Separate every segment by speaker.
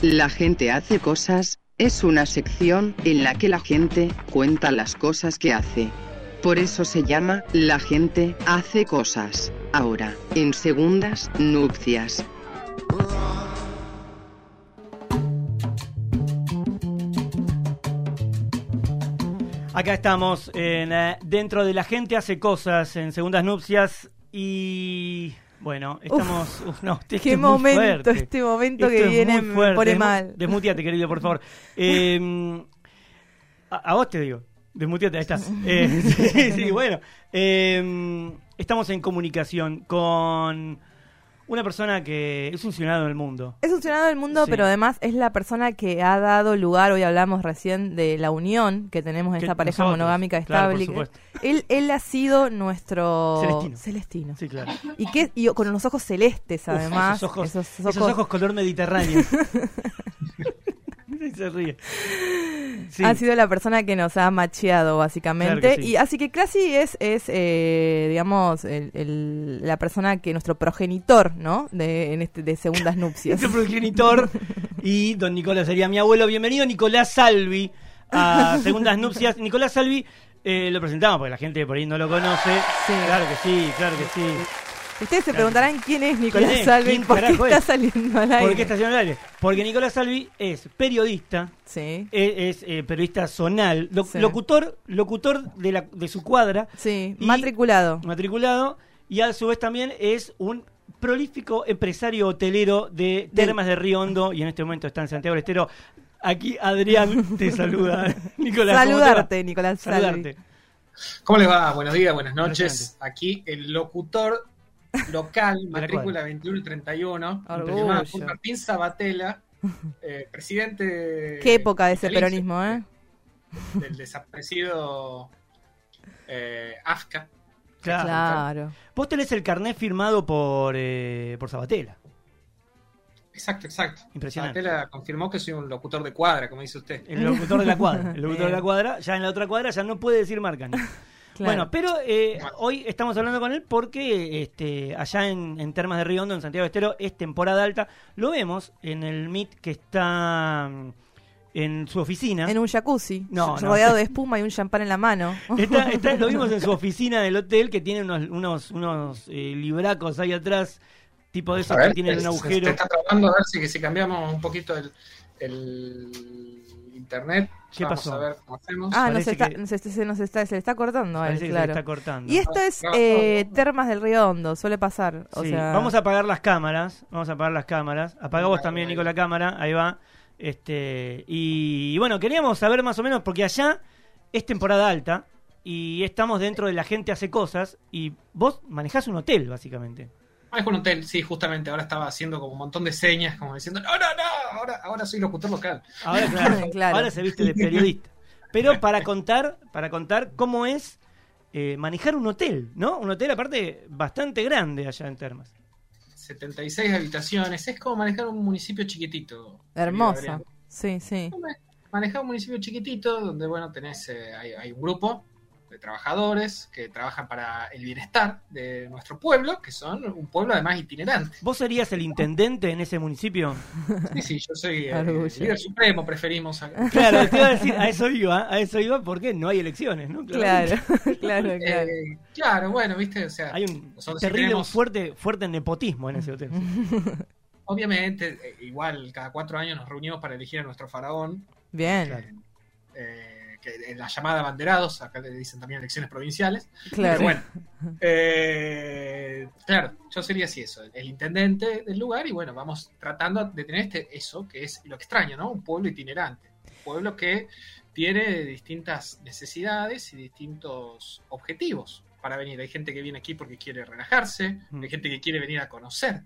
Speaker 1: La gente hace cosas, es una sección en la que la gente cuenta las cosas que hace. Por eso se llama La gente hace cosas. Ahora, en segundas nupcias.
Speaker 2: Acá estamos en, eh, dentro de La gente hace cosas en segundas nupcias y bueno, estamos uf, no, esto
Speaker 3: Qué
Speaker 2: es muy
Speaker 3: momento,
Speaker 2: fuerte.
Speaker 3: este momento que
Speaker 2: Esto es
Speaker 3: viene
Speaker 2: muy
Speaker 3: me
Speaker 2: fuerte.
Speaker 3: pone
Speaker 2: Desmu-
Speaker 3: mal.
Speaker 2: Desmuteate, querido, por favor. Eh, a, a vos te digo. Desmuteate, ahí estás. Eh, sí, sí, bueno. Eh, estamos en comunicación con una persona que es funcionado en el mundo.
Speaker 3: Es funcionado del mundo,
Speaker 2: Sí.
Speaker 3: pero además es la persona que ha dado lugar, hoy hablamos recién de la unión que tenemos en
Speaker 2: Que
Speaker 3: esta pareja
Speaker 2: nosotros,
Speaker 3: monogámica
Speaker 2: claro, por
Speaker 3: estable.
Speaker 2: supuesto.
Speaker 3: él, él ha sido nuestro
Speaker 2: Celestino.
Speaker 3: Celestino.
Speaker 2: Sí, claro.
Speaker 3: Y, que, y con unos ojos celestes,
Speaker 2: Uf,
Speaker 3: además.
Speaker 2: esos, ojos,
Speaker 3: Esos
Speaker 2: esos
Speaker 3: ojos-
Speaker 2: ojos color mediterráneo. Y se ríe. Sí.
Speaker 3: Ha sido la persona que nos ha macheado, básicamente.
Speaker 2: Claro que sí.
Speaker 3: Y así que Classy es, es eh, digamos, el- el- la persona que nuestro progenitor, ¿no? De, en este, de segundas nupcias.
Speaker 2: Este progenitor y don Nicolás sería mi abuelo. Bienvenido Nicolás Salvi a Segundas Nupcias. Nicolás Salvi eh, lo presentamos porque la gente por ahí no lo conoce.
Speaker 3: Sí.
Speaker 2: Claro que sí, claro que sí.
Speaker 3: Ustedes se preguntarán quién es Nicolás
Speaker 2: ¿Quién es?
Speaker 3: Salvin,
Speaker 2: ¿Quién
Speaker 3: por qué
Speaker 2: carajo
Speaker 3: está
Speaker 2: es?
Speaker 3: saliendo al aire.
Speaker 2: ¿Por qué estación al aire? Porque Nicolás Salvi es periodista,
Speaker 3: Sí,
Speaker 2: e- es, eh, periodista zonal, lo-
Speaker 3: Sí.
Speaker 2: locutor, locutor de, la- de su cuadra,
Speaker 3: sí,
Speaker 2: Y-
Speaker 3: matriculado.
Speaker 2: matriculado, y a su vez también es un prolífico empresario hotelero de
Speaker 3: Del-
Speaker 2: Termas de Río Hondo, y en este momento está en Santiago del Estero. Aquí Adrián te saluda, Nicolás. ¿cómo te va?
Speaker 3: Saludarte, Nicolás Salvin.
Speaker 2: Saludarte.
Speaker 4: ¿Cómo les va? Buenos días, buenas noches. Aquí el locutor local, matrícula 2131,
Speaker 3: Ah, Orgullo.
Speaker 4: impresionante, Juan Martín Sabatella, eh, presidente.
Speaker 3: Qué época de ese
Speaker 4: vitalicio
Speaker 3: peronismo, ¿eh?
Speaker 4: Del desaparecido eh, AFCA.
Speaker 2: Claro.
Speaker 3: Claro.
Speaker 2: Vos tenés el carnet firmado por, eh, por Sabatella.
Speaker 4: Exacto, exacto.
Speaker 2: Impresionante.
Speaker 4: Sabatella confirmó que soy un locutor de cuadra, como dice usted.
Speaker 2: El locutor de la cuadra. El locutor de
Speaker 3: Bien.
Speaker 2: la cuadra. Ya en la otra cuadra ya no puede decir marca. ¿no?
Speaker 3: claro.
Speaker 2: Bueno, pero eh, hoy estamos hablando con él porque este, allá en, en Termas de Río Hondo, en Santiago del Estero, es temporada alta. Lo vemos en el Meet que está mm, en su oficina.
Speaker 3: en un jacuzzi,
Speaker 2: No, Eh, no.
Speaker 3: rodeado de espuma y un champán en la mano.
Speaker 2: Está- está- lo vimos en su oficina del hotel que tiene unos, unos, unos eh, libracos ahí atrás, tipo de esos que tienen un
Speaker 4: Eh, se- se
Speaker 2: agujero.
Speaker 4: está tratando a ver si, si cambiamos un poquito el, el internet.
Speaker 2: ¿Qué
Speaker 4: Vamos
Speaker 2: pasó?
Speaker 4: a ver cómo hacemos.
Speaker 3: Ah, nos
Speaker 2: Parece
Speaker 3: está,
Speaker 2: que-
Speaker 3: nos está- se nos está, se le está cortando a él,
Speaker 2: Parece que se le
Speaker 3: claro.
Speaker 2: está cortando.
Speaker 3: Y esto es
Speaker 4: No, no,
Speaker 3: eh,
Speaker 4: no, no.
Speaker 3: Termas del Río Hondo, suele pasar. O
Speaker 2: Sí,
Speaker 3: sea,
Speaker 2: Vamos a apagar las cámaras. Vamos a apagar las cámaras. Apaga vos
Speaker 4: Ahí,
Speaker 2: también,
Speaker 4: ahí.
Speaker 2: Nico, la cámara. Ahí va. Este, y, y bueno, queríamos saber más o menos, porque allá es temporada alta y estamos dentro de la gente hace cosas y vos manejás un hotel, básicamente.
Speaker 4: Ah, es un hotel, sí, justamente. Ahora estaba haciendo como un montón de señas, como diciendo, no, no, no, ahora, ahora soy locutor local.
Speaker 2: Ahora, claro,
Speaker 3: Claro.
Speaker 2: ahora se viste de periodista. Pero para contar, para contar cómo es eh, manejar un hotel, ¿no? Un hotel aparte bastante grande allá en Termas.
Speaker 4: 76 habitaciones, es como manejar un municipio chiquitito.
Speaker 3: hermosa.
Speaker 4: Adrián.
Speaker 3: Sí, sí.
Speaker 4: Manejar un municipio chiquitito donde, bueno, tenés, eh, hay, hay un grupo de trabajadores que trabajan para el bienestar de nuestro pueblo, que son un pueblo además itinerante.
Speaker 2: ¿Vos serías el intendente en ese municipio?
Speaker 4: Sí, sí, yo soy eh,
Speaker 3: Orgullo.
Speaker 4: el líder supremo, preferimos. a- Eh,
Speaker 2: Claro, te iba a decir, a eso iba, a eso iba porque no hay elecciones, ¿no?
Speaker 3: Claro, claro, claro.
Speaker 4: Eh, claro, bueno, viste, o sea,
Speaker 2: Hay un
Speaker 4: Nosotros
Speaker 2: terrible,
Speaker 4: tenemos-
Speaker 2: fuerte, fuerte nepotismo en ese hotel.
Speaker 4: obviamente, eh, igual cada cuatro años nos reunimos para elegir a nuestro faraón.
Speaker 3: Bien,
Speaker 2: Claro.
Speaker 4: eh, que en la llamada banderados, acá le dicen también elecciones provinciales.
Speaker 3: claro.
Speaker 4: Pero bueno, eh, claro, yo sería así eso, el intendente del lugar y bueno, vamos tratando de tener este, eso, que es lo extraño, ¿no? Un pueblo itinerante, un pueblo que tiene distintas necesidades y distintos objetivos para venir. Hay gente que viene aquí porque quiere relajarse,
Speaker 2: Mm.
Speaker 4: hay gente que quiere venir a conocer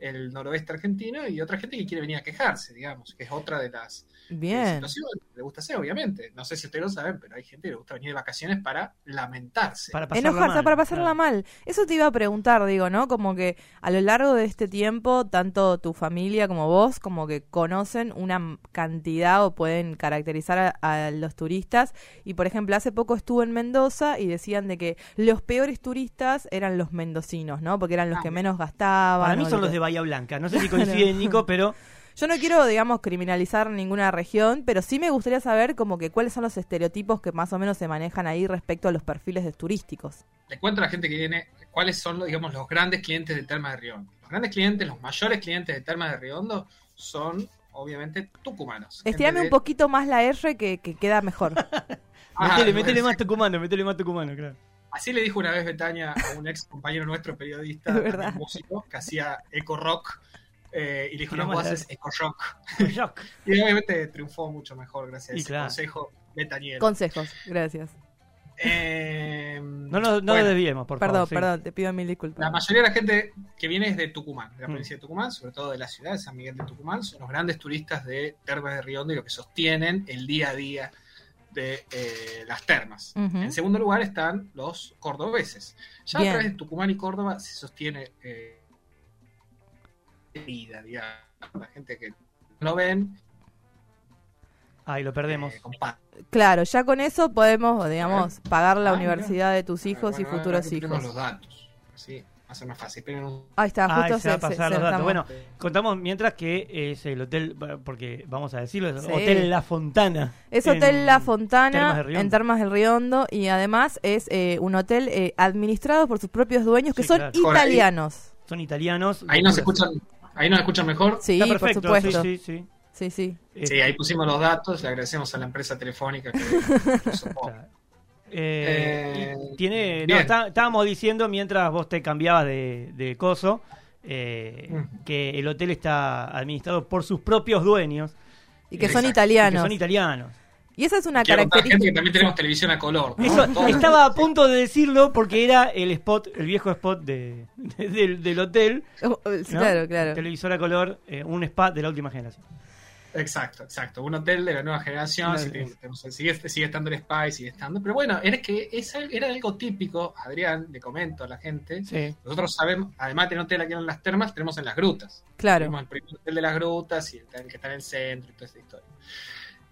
Speaker 4: el noroeste argentino y otra gente que quiere venir a quejarse, digamos, que es otra de las
Speaker 3: Bien.
Speaker 4: situación, le gusta hacer, obviamente. No sé si ustedes lo saben, pero hay gente que le gusta venir de vacaciones para lamentarse.
Speaker 2: Para pasarla
Speaker 3: Enojarse
Speaker 2: mal,
Speaker 3: para pasarla
Speaker 2: claro.
Speaker 3: mal. Eso te iba a preguntar, digo, ¿no? Como que a lo largo de este tiempo, tanto tu familia como vos, como que conocen una m- cantidad o pueden caracterizar a, a los turistas. Y por ejemplo, hace poco estuve en Mendoza y decían de que los peores turistas eran los mendocinos, ¿no? Porque eran los
Speaker 4: Ah,
Speaker 3: que
Speaker 4: bien.
Speaker 3: menos gastaban.
Speaker 2: Para mí
Speaker 3: o
Speaker 2: son
Speaker 3: lo
Speaker 2: los
Speaker 3: que-
Speaker 2: de Bahía Blanca. No sé si coinciden, Nico, pero
Speaker 3: Yo no quiero, digamos, criminalizar ninguna región, pero sí me gustaría saber como que cuáles son los estereotipos que más o menos se manejan ahí respecto a los perfiles de turísticos.
Speaker 4: Le cuento a la gente que viene cuáles son, los, digamos, los grandes clientes de Termas de Riondo. Los grandes clientes, los mayores clientes de Termas de Riondo son, obviamente, tucumanos.
Speaker 3: Estirame un
Speaker 4: Gente de-
Speaker 3: poquito más la R que, que queda mejor.
Speaker 4: Ah,
Speaker 2: metele,
Speaker 4: bueno,
Speaker 2: metele más tucumano, metele más tucumano, claro.
Speaker 4: Así le dijo una vez Betania a un ex compañero nuestro, periodista,
Speaker 3: Es
Speaker 4: también
Speaker 3: verdad.
Speaker 4: músico, que hacía eco rock. eh, y le dijo,
Speaker 2: Mira,
Speaker 4: no, vos
Speaker 2: mala.
Speaker 4: haces eco rock.
Speaker 2: Rock.
Speaker 4: Y obviamente triunfó mucho mejor gracias a
Speaker 2: Y
Speaker 4: ese
Speaker 2: claro.
Speaker 4: consejo betaniel.
Speaker 3: Consejos, gracias.
Speaker 4: Eh,
Speaker 2: No nos no
Speaker 4: bueno,
Speaker 2: nos desviemos, por
Speaker 3: perdón,
Speaker 2: favor. sí.
Speaker 3: perdón, te pido mil disculpas.
Speaker 4: La mayoría de la gente que viene es de Tucumán, de la
Speaker 2: Mm.
Speaker 4: provincia de Tucumán, sobre todo de la ciudad de San Miguel de Tucumán. Son los grandes turistas de Termas de Riondo y lo que sostienen el día a día de eh, las termas.
Speaker 3: Ujú.
Speaker 4: En segundo lugar están los cordobeses. Ya
Speaker 3: Bien.
Speaker 4: a través de Tucumán y Córdoba se sostiene eh, vida, digamos. La gente que no ven,
Speaker 2: Ay, lo perdemos.
Speaker 4: eh, comparte.
Speaker 3: Claro, ya con eso podemos, digamos, pagar la
Speaker 4: Ah,
Speaker 3: universidad de tus hijos
Speaker 4: Bueno,
Speaker 3: y futuros
Speaker 4: ahora que tenemos
Speaker 3: hijos.
Speaker 4: los datos. Sí, va a ser más fácil. Esperen un-
Speaker 3: Ahí está,
Speaker 2: Ah,
Speaker 3: justo
Speaker 2: se va a pasar los datos.
Speaker 3: estamos-
Speaker 2: Bueno, contamos mientras que es el hotel, porque vamos a decirlo, es
Speaker 3: Sí.
Speaker 2: Hotel La Fontana.
Speaker 3: Es
Speaker 2: en
Speaker 3: Hotel La
Speaker 2: Termas
Speaker 3: Fontana
Speaker 2: del Riondo.
Speaker 3: en Termas del Riondo y además es eh, un hotel eh, administrado por sus propios dueños que
Speaker 2: Sí,
Speaker 3: son
Speaker 2: claro.
Speaker 4: Por ahí.
Speaker 3: italianos.
Speaker 2: Son italianos.
Speaker 4: Ahí nos escuchan, ahí nos escuchan mejor.
Speaker 3: Sí,
Speaker 2: Está
Speaker 3: por
Speaker 2: perfecto,
Speaker 3: supuesto. Sí,
Speaker 2: Sí, sí, sí.
Speaker 3: sí.
Speaker 2: Eh,
Speaker 4: Sí, ahí pusimos los datos, le agradecemos a la empresa telefónica que nos soporta.
Speaker 2: claro. Eh,
Speaker 4: Eh,
Speaker 2: tiene, no,
Speaker 4: bien.
Speaker 2: está- estábamos diciendo mientras vos te cambiabas de, de coso eh,
Speaker 4: Ujú.
Speaker 2: que el hotel está administrado por sus propios dueños,
Speaker 3: Y que son
Speaker 4: Exacto.
Speaker 2: que
Speaker 3: italianos.
Speaker 2: son italianos.
Speaker 4: Ah,
Speaker 3: y esa es una
Speaker 4: Quiero contar, gente, que
Speaker 3: característica.
Speaker 4: también tenemos televisión a color. ¿no?
Speaker 2: Ah, Eso
Speaker 4: Todo-
Speaker 2: estaba a punto de decirlo porque era el spot, el viejo spot de, de- del, del hotel.
Speaker 3: Oh, oh, sí,
Speaker 2: ¿no?
Speaker 3: Claro, claro.
Speaker 2: Televisor a color, eh, un spa de la última generación.
Speaker 4: Exacto, exacto. Un hotel de la nueva generación,
Speaker 2: Una-
Speaker 4: sí, tenemos- tenemos- sigue, sigue estando el spa y sigue estando. Pero bueno, era que es al- era algo típico, Adrián, le comento a la gente.
Speaker 2: Sí.
Speaker 4: Nosotros sabemos, además del hotel aquí en las termas, tenemos en las grutas.
Speaker 3: Claro.
Speaker 4: Tenemos el primer hotel de las grutas y el que está en el centro y toda esta historia.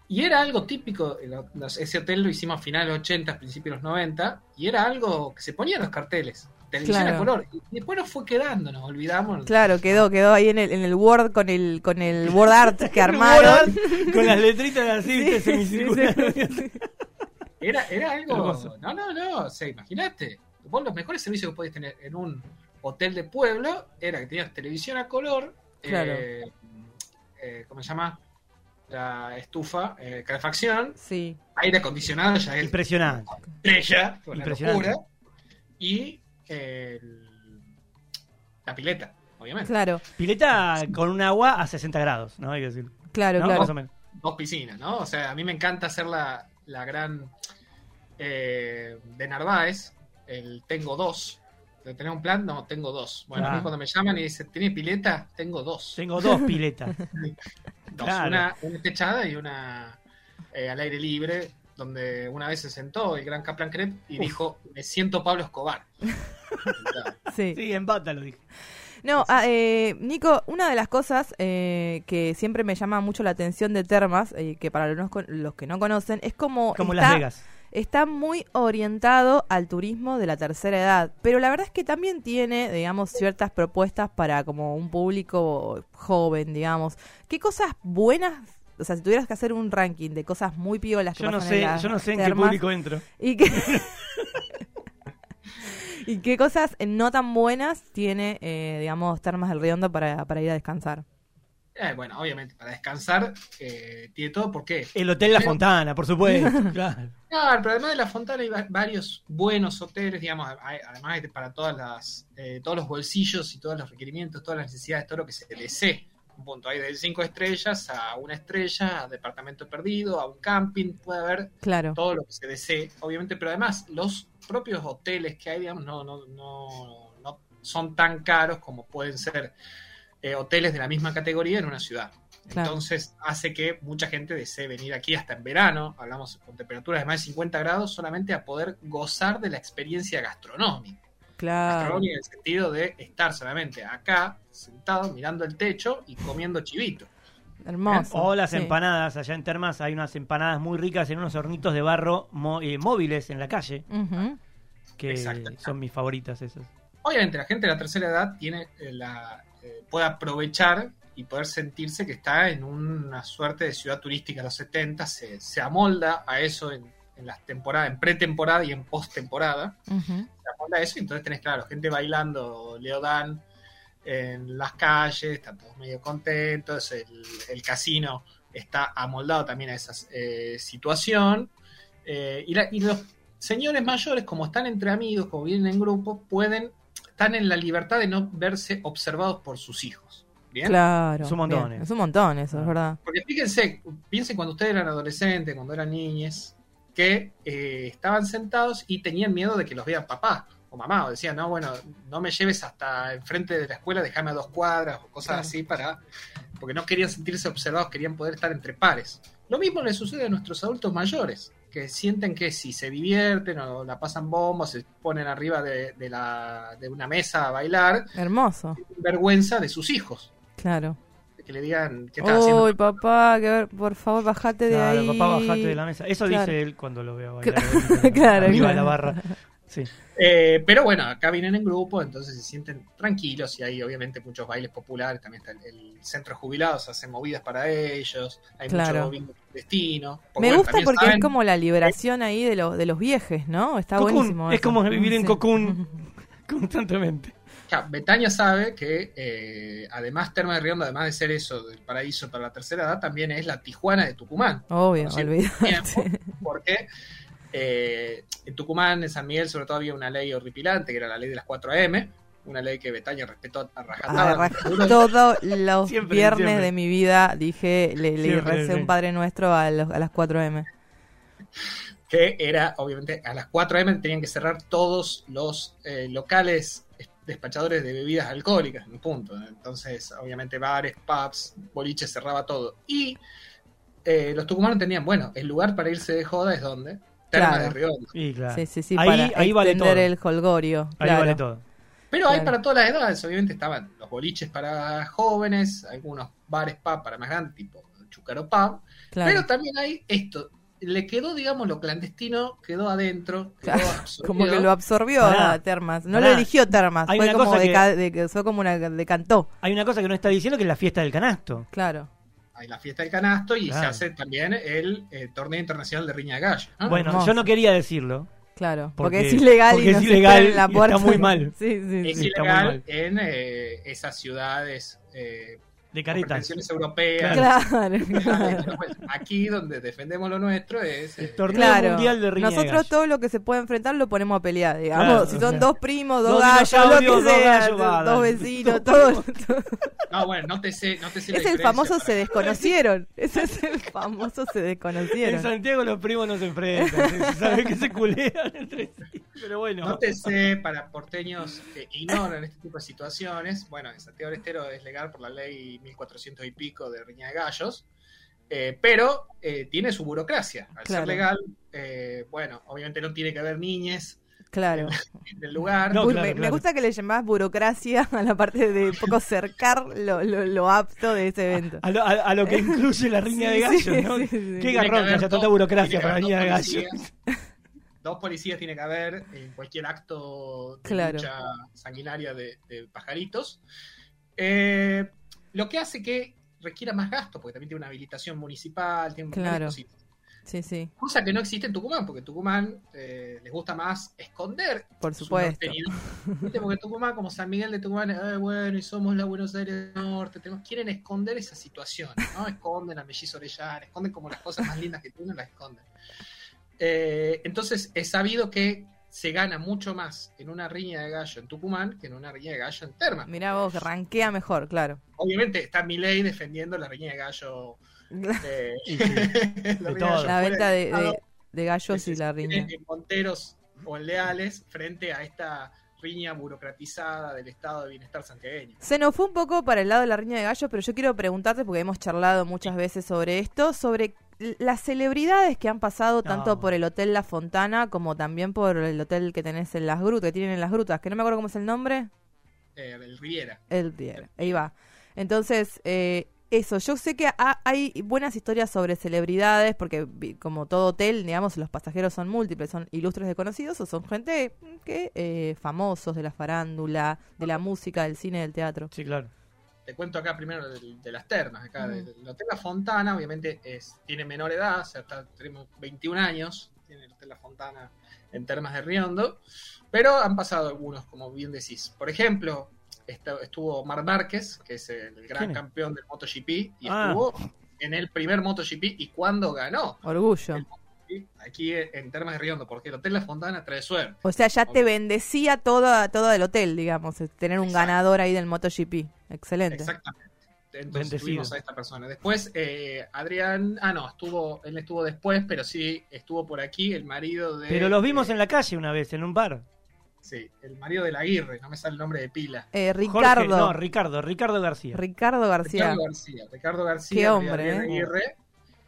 Speaker 4: Y era algo típico, eh, el- los- ese hotel lo hicimos a finales de los 80, principios de los 90, y era algo que se ponía en los carteles, televisión
Speaker 3: Claro.
Speaker 4: a color. Y después nos fue quedando, nos olvidamos.
Speaker 3: Claro, quedó, quedó ahí en el, en el Word con el, con el Word Art que armaron.
Speaker 2: Con las letritas así,
Speaker 3: Sí,
Speaker 2: viste, semicirculares.
Speaker 3: sí, sí.
Speaker 4: Era, era algo.
Speaker 2: Hermoso.
Speaker 4: No, no, no. O sea, imagínate. Vos los mejores servicios que podías tener en un hotel de pueblo era que tenías televisión a color.
Speaker 3: Claro.
Speaker 4: eh, eh, ¿Cómo se llama? La estufa, eh, calefacción,
Speaker 3: Sí.
Speaker 4: aire acondicionado, ya es
Speaker 2: Impresionante.
Speaker 4: estrella, una
Speaker 2: Impresionante.
Speaker 4: locura. Y eh, el- la pileta, obviamente.
Speaker 3: Claro,
Speaker 2: Pileta con un agua a 60 grados, ¿no? Hay que decir.
Speaker 3: claro,
Speaker 2: ¿No?
Speaker 3: claro.
Speaker 2: Más o menos.
Speaker 4: dos piscinas, ¿no? O sea, a mí me encanta hacer la, la gran eh, de Narváez, el tengo dos. ¿De tener un plan? No, tengo dos. Bueno, a mí
Speaker 2: Ah.
Speaker 4: cuando me llaman y dicen, ¿tiene pileta? Tengo dos.
Speaker 2: Tengo dos piletas.
Speaker 4: Dos,
Speaker 2: claro.
Speaker 4: Una, una techada y una eh, al aire libre, donde una vez se sentó el gran Kaplan Crep y
Speaker 2: Uf.
Speaker 4: dijo, me siento Pablo Escobar.
Speaker 3: Sí.
Speaker 2: Sí, empata, lo dije.
Speaker 3: No, ah, eh, Nico, una de las cosas eh, que siempre me llama mucho la atención de Termas, eh, que para los, no- los que no conocen, es como,
Speaker 2: Como
Speaker 3: está,
Speaker 2: Las Vegas.
Speaker 3: está muy orientado al turismo de la tercera edad, pero la verdad es que también tiene, digamos, ciertas propuestas para como un público joven, digamos. ¿Qué cosas buenas, o sea, si tuvieras que hacer un ranking de cosas muy piolas que
Speaker 2: Yo no
Speaker 3: pasan en
Speaker 2: sé,
Speaker 3: las
Speaker 2: yo no sé en qué
Speaker 3: termas,
Speaker 2: público entro.
Speaker 3: ¿Y qué, ¿Y qué cosas no tan buenas tiene, eh, digamos, Termas del Riondo para, para ir a descansar?
Speaker 4: Eh, bueno, obviamente, para descansar, eh, tiene todo. ¿Por qué?
Speaker 2: El Hotel La Fontana, por supuesto. Claro.
Speaker 4: Claro, pero además de la Fontana hay va- varios buenos hoteles, digamos, hay- además hay para todas las, eh, todos los bolsillos y todos los requerimientos, todas las necesidades, todo lo que se desee. Un punto, hay de cinco estrellas a una estrella, a departamento perdido, a un camping, puede haber
Speaker 3: Claro,
Speaker 4: todo lo que se desee, obviamente, pero además los propios hoteles que hay, digamos, no, no, no, no son tan caros como pueden ser eh, hoteles de la misma categoría en una ciudad.
Speaker 3: Claro.
Speaker 4: Entonces hace que mucha gente desee venir aquí hasta en verano, hablamos con temperaturas de más de 50 grados, solamente a poder gozar de la experiencia gastronómica.
Speaker 3: claro.
Speaker 4: Gastronómica en el sentido de estar solamente acá, sentado, mirando el techo y comiendo chivito.
Speaker 3: Hermoso.
Speaker 2: O las
Speaker 3: sí.
Speaker 2: empanadas. Allá en Termas hay unas empanadas muy ricas en unos hornitos de barro mo- eh, móviles en la calle,
Speaker 3: Ujú.
Speaker 2: que
Speaker 4: Exacto.
Speaker 2: son mis favoritas esas.
Speaker 4: Obviamente la gente de la tercera edad tiene eh, la, eh, puede aprovechar y poder sentirse que está en una suerte de ciudad turística. Los 70 se, se amolda a eso en, en las temporadas, en pretemporada y en postemporada.
Speaker 3: Ujú.
Speaker 4: Se amolda a eso y entonces tenés, claro, gente bailando Leo Dan en las calles, están todos medio contentos, el, el casino está amoldado también a esa eh, situación. Eh, y, la- y los señores mayores, como están entre amigos, como vienen en grupo, pueden, están en la libertad de no verse observados por sus hijos. ¿Bien?
Speaker 3: Claro.
Speaker 2: Es un montón,
Speaker 3: bien.
Speaker 2: eh.
Speaker 3: Es un montón eso, es verdad.
Speaker 4: Porque fíjense, piensen cuando ustedes eran adolescentes, cuando eran niñes, que eh, estaban sentados y tenían miedo de que los vean papá o mamá, o decían, no, bueno, no me lleves hasta enfrente de la escuela, déjame a dos cuadras o cosas
Speaker 3: Claro.
Speaker 4: así para. porque no querían sentirse observados, querían poder estar entre pares. Lo mismo le sucede a nuestros adultos mayores, que sienten que si se divierten o la pasan bomba, o se ponen arriba de, de la, de una mesa a bailar,
Speaker 3: Hermoso,
Speaker 4: vergüenza de sus hijos,
Speaker 3: claro.
Speaker 4: de que le digan, ¿qué estás haciendo?
Speaker 3: Uy, papá, que ver- por favor, bajate de
Speaker 2: Claro,
Speaker 3: ahí.
Speaker 2: papá, bajate de la mesa. Eso
Speaker 3: Claro.
Speaker 2: dice él cuando lo veo bailar.
Speaker 3: claro,
Speaker 2: Arriba de
Speaker 3: claro.
Speaker 2: la barra. Sí.
Speaker 4: Eh, pero bueno, acá vienen en grupo, entonces se sienten tranquilos y hay obviamente muchos bailes populares, también está el, el centro de jubilados, hacen movidas para ellos, hay
Speaker 3: Claro.
Speaker 4: mucho bingo destino.
Speaker 3: Me gusta porque es como la liberación ahí de los, de los viejes, ¿no? Está
Speaker 2: Cocoon,
Speaker 3: buenísimo.
Speaker 2: es
Speaker 3: eso.
Speaker 2: como vivir en
Speaker 3: Sí.
Speaker 2: cocoon. Constantemente.
Speaker 4: Betania sabe que eh, además Terma de Riondo, además de ser eso del paraíso para la tercera edad, también es la Tijuana de Tucumán.
Speaker 3: Obvio,
Speaker 4: Sí.
Speaker 3: olvidate.
Speaker 4: tiempo, porque eh, en Tucumán, en San Miguel, sobre todo había una ley horripilante, que era la ley de las 4 AM, una ley que Betania respetó a rajatabla.
Speaker 3: Arra- Todos los
Speaker 2: Siempre,
Speaker 3: viernes
Speaker 2: siempre.
Speaker 3: de mi vida dije, le, le
Speaker 2: Siempre,
Speaker 3: recé
Speaker 2: sí.
Speaker 3: un Padre Nuestro a, los- a las 4M.
Speaker 4: que era, obviamente, a las 4 am tenían que cerrar todos los eh, locales despachadores de bebidas alcohólicas, en un punto. Entonces, obviamente, bares, pubs, boliches, cerraba todo. Y eh, los tucumanos entendían, bueno, el lugar para irse de joda es donde? Termas
Speaker 3: Claro.
Speaker 4: de Riondo.
Speaker 2: Y claro.
Speaker 3: Sí, sí, sí,
Speaker 2: Ahí-
Speaker 3: para
Speaker 2: ahí vale
Speaker 3: extender
Speaker 2: todo.
Speaker 3: el holgorio.
Speaker 2: Ahí
Speaker 3: claro.
Speaker 2: vale todo.
Speaker 4: Pero hay
Speaker 3: Claro.
Speaker 4: para todas las edades, obviamente estaban los boliches para jóvenes, algunos bares pub para más grandes, tipo Chucaro Pub,
Speaker 3: claro.
Speaker 4: Pero también hay esto. Le quedó, digamos, lo clandestino, quedó adentro. Quedó
Speaker 3: Claro,
Speaker 4: absorbido.
Speaker 3: Como que lo absorbió
Speaker 2: Pará,
Speaker 3: a Termas. No
Speaker 2: pará.
Speaker 3: lo eligió Termas.
Speaker 2: Hay
Speaker 3: Fue
Speaker 2: una
Speaker 3: como,
Speaker 2: cosa
Speaker 3: de
Speaker 2: que-
Speaker 3: ca- de que- fue como una decantó.
Speaker 2: Hay una cosa que no está diciendo que es la fiesta del canasto.
Speaker 3: Claro.
Speaker 4: Hay la fiesta del canasto y se
Speaker 2: Claro.
Speaker 4: hace también el eh, torneo internacional de riña de gallo. ¿no?
Speaker 2: bueno,
Speaker 3: Ah, hermoso.
Speaker 2: yo no quería decirlo.
Speaker 3: Claro.
Speaker 2: Porque-
Speaker 3: Porque, es ilegal
Speaker 2: porque
Speaker 3: y
Speaker 2: es
Speaker 3: nos
Speaker 2: ilegal
Speaker 3: esperan en la
Speaker 2: y
Speaker 3: puerta.
Speaker 2: está muy mal.
Speaker 3: Sí, sí,
Speaker 4: es
Speaker 3: sí.
Speaker 2: sí, está muy mal.
Speaker 4: ilegal en eh, esas ciudades eh,
Speaker 2: De
Speaker 4: con
Speaker 2: caretas.
Speaker 4: pretensiones europeas.
Speaker 3: Claro.
Speaker 4: Bueno, Aquí donde defendemos lo nuestro es. eh,
Speaker 2: El torneo
Speaker 3: Claro.
Speaker 2: mundial de riña de
Speaker 3: Nosotros
Speaker 2: gallo.
Speaker 3: todo lo que se puede enfrentar lo ponemos a pelear, digamos.
Speaker 2: Claro,
Speaker 3: si
Speaker 2: o
Speaker 3: son
Speaker 2: sea,
Speaker 3: dos primos, dos,
Speaker 2: dos
Speaker 3: gallos,
Speaker 2: dinosaurios,
Speaker 3: lo que
Speaker 2: dos
Speaker 3: sea,
Speaker 2: gallos, va,
Speaker 3: dos,
Speaker 2: dale.
Speaker 3: vecinos, todo.
Speaker 4: no, bueno, no te sé. No te sé la
Speaker 3: es el
Speaker 4: diferencia,
Speaker 3: famoso
Speaker 4: pero-
Speaker 3: se desconocieron. Ese es el famoso se
Speaker 2: En
Speaker 3: desconocieron.
Speaker 2: Santiago los primos no se enfrentan. se sabe que se culean entre sí. Pero bueno.
Speaker 4: Nótese para porteños que ignoran este tipo de situaciones. Bueno, en Santiago del Estero es legal por la ley 1400 y pico de riña de gallos, eh, pero eh, tiene su burocracia. Al
Speaker 3: Claro.
Speaker 4: ser legal, eh, bueno, obviamente no tiene que haber niñes
Speaker 3: Claro.
Speaker 4: en el lugar.
Speaker 2: No,
Speaker 3: Uy,
Speaker 2: claro,
Speaker 3: me, me
Speaker 2: claro.
Speaker 3: gusta que le llamás burocracia a la parte de un poco cercar lo, lo- lo apto de ese evento.
Speaker 2: A lo, a- a lo que incluye la Ah, riña de
Speaker 3: Sí,
Speaker 2: gallo,
Speaker 3: sí,
Speaker 2: ¿no?
Speaker 3: sí, sí.
Speaker 2: Qué
Speaker 4: Tiene
Speaker 2: garrón que
Speaker 4: haber
Speaker 2: haya
Speaker 4: dos-
Speaker 2: tanta burocracia
Speaker 4: tiene que
Speaker 2: para la
Speaker 4: haber
Speaker 2: riña de
Speaker 4: dos
Speaker 2: gallo.
Speaker 4: policías. Dos policías tiene que haber en cualquier acto de
Speaker 3: Claro.
Speaker 4: lucha sanguinaria de, de pajaritos. Eh, lo que hace que requiera más gasto, porque también tiene una habilitación municipal, tiene un montón de
Speaker 3: Claro.
Speaker 4: cositas.
Speaker 3: Sí, sí,
Speaker 4: Cosa que no existe en Tucumán, porque en Tucumán eh, les gusta más esconder
Speaker 3: por
Speaker 4: sus
Speaker 3: supuesto.
Speaker 4: contenidos. Viste, Porque Tucumán, como San Miguel de Tucumán, "Ay, bueno, y somos la Buenos Aires del Norte, tenemos, quieren esconder esas situaciones, ¿no? Esconden a Mellizo Orellana, esconden como las cosas más lindas que tienen, las esconden. Eh, entonces, es sabido que se gana mucho más en una riña de gallo en Tucumán que en una riña de gallo en Termas.
Speaker 3: Mirá vos, rankea mejor, claro.
Speaker 4: Obviamente está Milei defendiendo la riña de gallo. eh, la riña de
Speaker 2: todo.
Speaker 4: gallo
Speaker 3: La
Speaker 4: fuera
Speaker 3: venta de,
Speaker 4: Estado
Speaker 3: de- de gallos
Speaker 4: sí,
Speaker 3: y
Speaker 4: sí,
Speaker 3: la riña.
Speaker 4: en Monteros o en Leales frente a esta riña burocratizada del estado de bienestar santiagueño.
Speaker 3: Se nos fue un poco para el lado de la riña de gallos, pero yo quiero preguntarte, porque hemos charlado muchas veces sobre esto, sobre l- las celebridades que han pasado tanto por el Hotel La Fontana como también por el hotel que tenés en Las Grutas, que tienen en Las Grutas, que no me acuerdo cómo es el nombre.
Speaker 4: Eh, el Riviera.
Speaker 3: El Pier, ahí va. Entonces, eh, eso, yo sé que ha- hay buenas historias sobre celebridades, porque vi- como todo hotel, digamos, los pasajeros son múltiples, son ilustres desconocidos o son gente mm, que eh, famosos de la farándula, de la música, del cine, del teatro.
Speaker 2: Sí, claro.
Speaker 4: te cuento acá primero de, de las ternas. Acá, de- del Hotel La Fontana, obviamente, es, tiene menor edad, o sea, está- tenemos 21 años, tiene el Hotel La Fontana en Termas de Riondo, pero han pasado algunos, como bien decís. Por ejemplo, esta- estuvo Mar Márquez, que es el
Speaker 2: ¿Quién
Speaker 4: gran
Speaker 2: es?
Speaker 4: campeón del MotoGP, y
Speaker 2: Ah.
Speaker 4: estuvo en el primer MotoGP y cuando ganó.
Speaker 3: Orgullo.
Speaker 4: ¿sí? Aquí en Termas de Riondo, porque el Hotel La Fontana trae suerte.
Speaker 3: O sea, ya te bendecía todo, todo el hotel, digamos, eh, tener un
Speaker 4: Exacto.
Speaker 3: ganador ahí del MotoGP. Excelente.
Speaker 4: Exactamente. Entonces
Speaker 2: Bendecido.
Speaker 4: tuvimos a esta persona. Después, eh, Adrián, ah, no, estuvo, él estuvo después, pero sí estuvo por aquí, el marido de.
Speaker 2: Pero los vimos en la calle una vez, en un bar.
Speaker 4: Sí, el marido del Aguirre, no me sale el nombre de pila.
Speaker 2: Jorge-
Speaker 3: Eh, Ricardo,
Speaker 2: no, Ricardo, Ricardo García.
Speaker 3: Ricardo García.
Speaker 4: Ricardo García. Ricardo García,
Speaker 3: Qué
Speaker 4: el
Speaker 3: hombre,
Speaker 4: Adrián
Speaker 3: eh.
Speaker 4: Aguirre,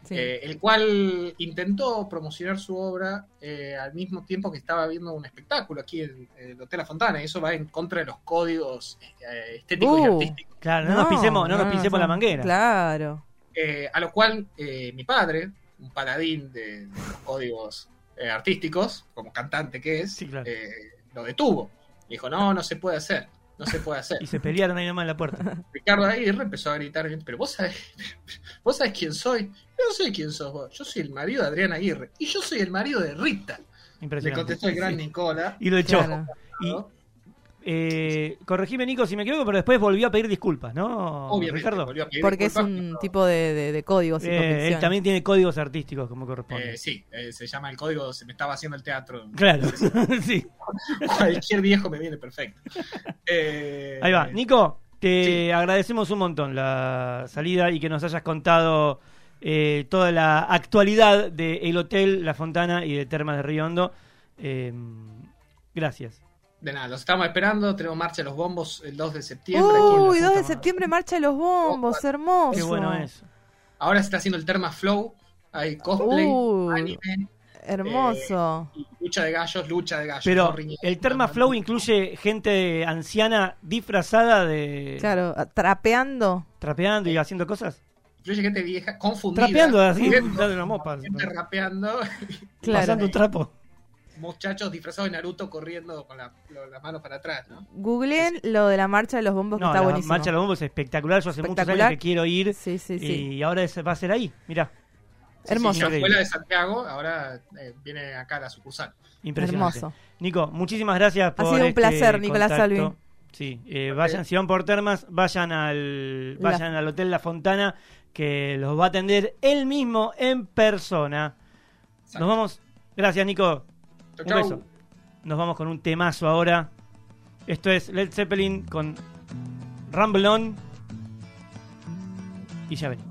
Speaker 3: Sí.
Speaker 4: eh, el cual intentó promocionar su obra eh, al mismo tiempo que estaba viendo un espectáculo aquí en en el Hotel La Fontana, y eso va en contra de los códigos eh, estéticos y
Speaker 3: Uh.
Speaker 4: artísticos.
Speaker 2: Claro, no, nos pisemos, no, nos pisemos
Speaker 3: no.
Speaker 2: la manguera.
Speaker 3: Claro.
Speaker 4: Eh, a lo cual eh, mi padre, un paladín de, de los códigos eh, artísticos, como cantante que es,
Speaker 2: Sí, claro.
Speaker 4: eh, lo detuvo. Dijo, no, no se puede hacer, no se puede hacer.
Speaker 2: Y se pelearon ahí nomás en la puerta.
Speaker 4: Ricardo Aguirre empezó a gritar, pero vos sabés, vos sabés quién soy. Yo no sé quién sos vos, yo soy el marido de Adrián Aguirre y yo soy el marido de Rita. Le
Speaker 2: Impresionante.
Speaker 4: contestó el gran Nicola.
Speaker 2: Y lo echó.
Speaker 3: Claro.
Speaker 2: Y, oh,
Speaker 4: ¿no?
Speaker 2: eh, corregime, Nico, si me equivoco, pero después volvió a pedir disculpas, ¿no?
Speaker 4: Obviamente,
Speaker 2: Ricardo.
Speaker 4: volvió a pedir
Speaker 3: Porque es
Speaker 4: disculpas,
Speaker 3: un
Speaker 4: pero,
Speaker 3: tipo de, de, de códigos y
Speaker 2: Eh, él
Speaker 3: convicciones.
Speaker 2: también tiene códigos artísticos como corresponde.
Speaker 4: eh, sí, eh, se llama el código, se me estaba haciendo el teatro.
Speaker 2: Claro, sí.
Speaker 4: Cualquier viejo me viene perfecto. Eh,
Speaker 2: Ahí va. Nico, te
Speaker 4: sí.
Speaker 2: agradecemos un montón la salida y que nos hayas contado eh, toda la actualidad de El Hotel, La Fontana y de Termas de Río Hondo. Eh, gracias.
Speaker 4: De nada, los estamos esperando. Tenemos marcha de los bombos el 2 de septiembre. aquí en la-
Speaker 3: Uy,
Speaker 2: puta
Speaker 3: 2 de
Speaker 2: madre.
Speaker 3: septiembre, marcha de los bombos, hermoso.
Speaker 2: Qué bueno es.
Speaker 4: Ahora se está haciendo el Terma Flow. Hay cosplay,
Speaker 3: Uh.
Speaker 4: anime,
Speaker 3: Hermoso.
Speaker 4: y lucha de gallos, lucha de gallos.
Speaker 2: Pero
Speaker 4: no riñeros,
Speaker 2: el Terma
Speaker 4: no-
Speaker 2: Flow incluye gente anciana disfrazada de
Speaker 3: claro, trapeando.
Speaker 2: trapeando y haciendo cosas.
Speaker 4: Incluye gente vieja, confundida.
Speaker 2: Trapeando así,
Speaker 4: gente-
Speaker 2: dando una mopa,
Speaker 4: gente rapeando.
Speaker 2: pasando
Speaker 3: Claro.
Speaker 2: un trapo.
Speaker 4: Muchachos disfrazados de Naruto corriendo con la- lo- las manos para atrás, ¿no?
Speaker 3: Googleen lo de la marcha de los bombos que
Speaker 2: No,
Speaker 3: está
Speaker 2: la
Speaker 3: buenísimo.
Speaker 2: marcha de los bombos es espectacular. Yo hace muchos años
Speaker 3: Espectacular.
Speaker 2: que quiero ir
Speaker 3: Sí, sí, sí.
Speaker 2: y ahora es- va a ser ahí. Mirá,
Speaker 4: Sí,
Speaker 3: Hermoso.
Speaker 4: sí, la escuela de Santiago ahora eh, viene acá a la sucursal.
Speaker 2: impresionante.
Speaker 3: Hermoso.
Speaker 2: Nico, muchísimas gracias por
Speaker 3: sido un
Speaker 2: este
Speaker 3: placer, Nicolás
Speaker 2: contacto.
Speaker 3: Salvi.
Speaker 2: Sí, eh, vayan, si van por termas, vayan al,
Speaker 3: La-
Speaker 2: vayan al Hotel La Fontana, que los va a atender él mismo en persona.
Speaker 4: Exacto.
Speaker 2: Nos vamos. Gracias, Nico.
Speaker 4: Chau,
Speaker 2: Un
Speaker 4: chau.
Speaker 2: beso. Nos vamos con un temazo ahora. Esto es Led Zeppelin con Ramblon. Y ya venimos.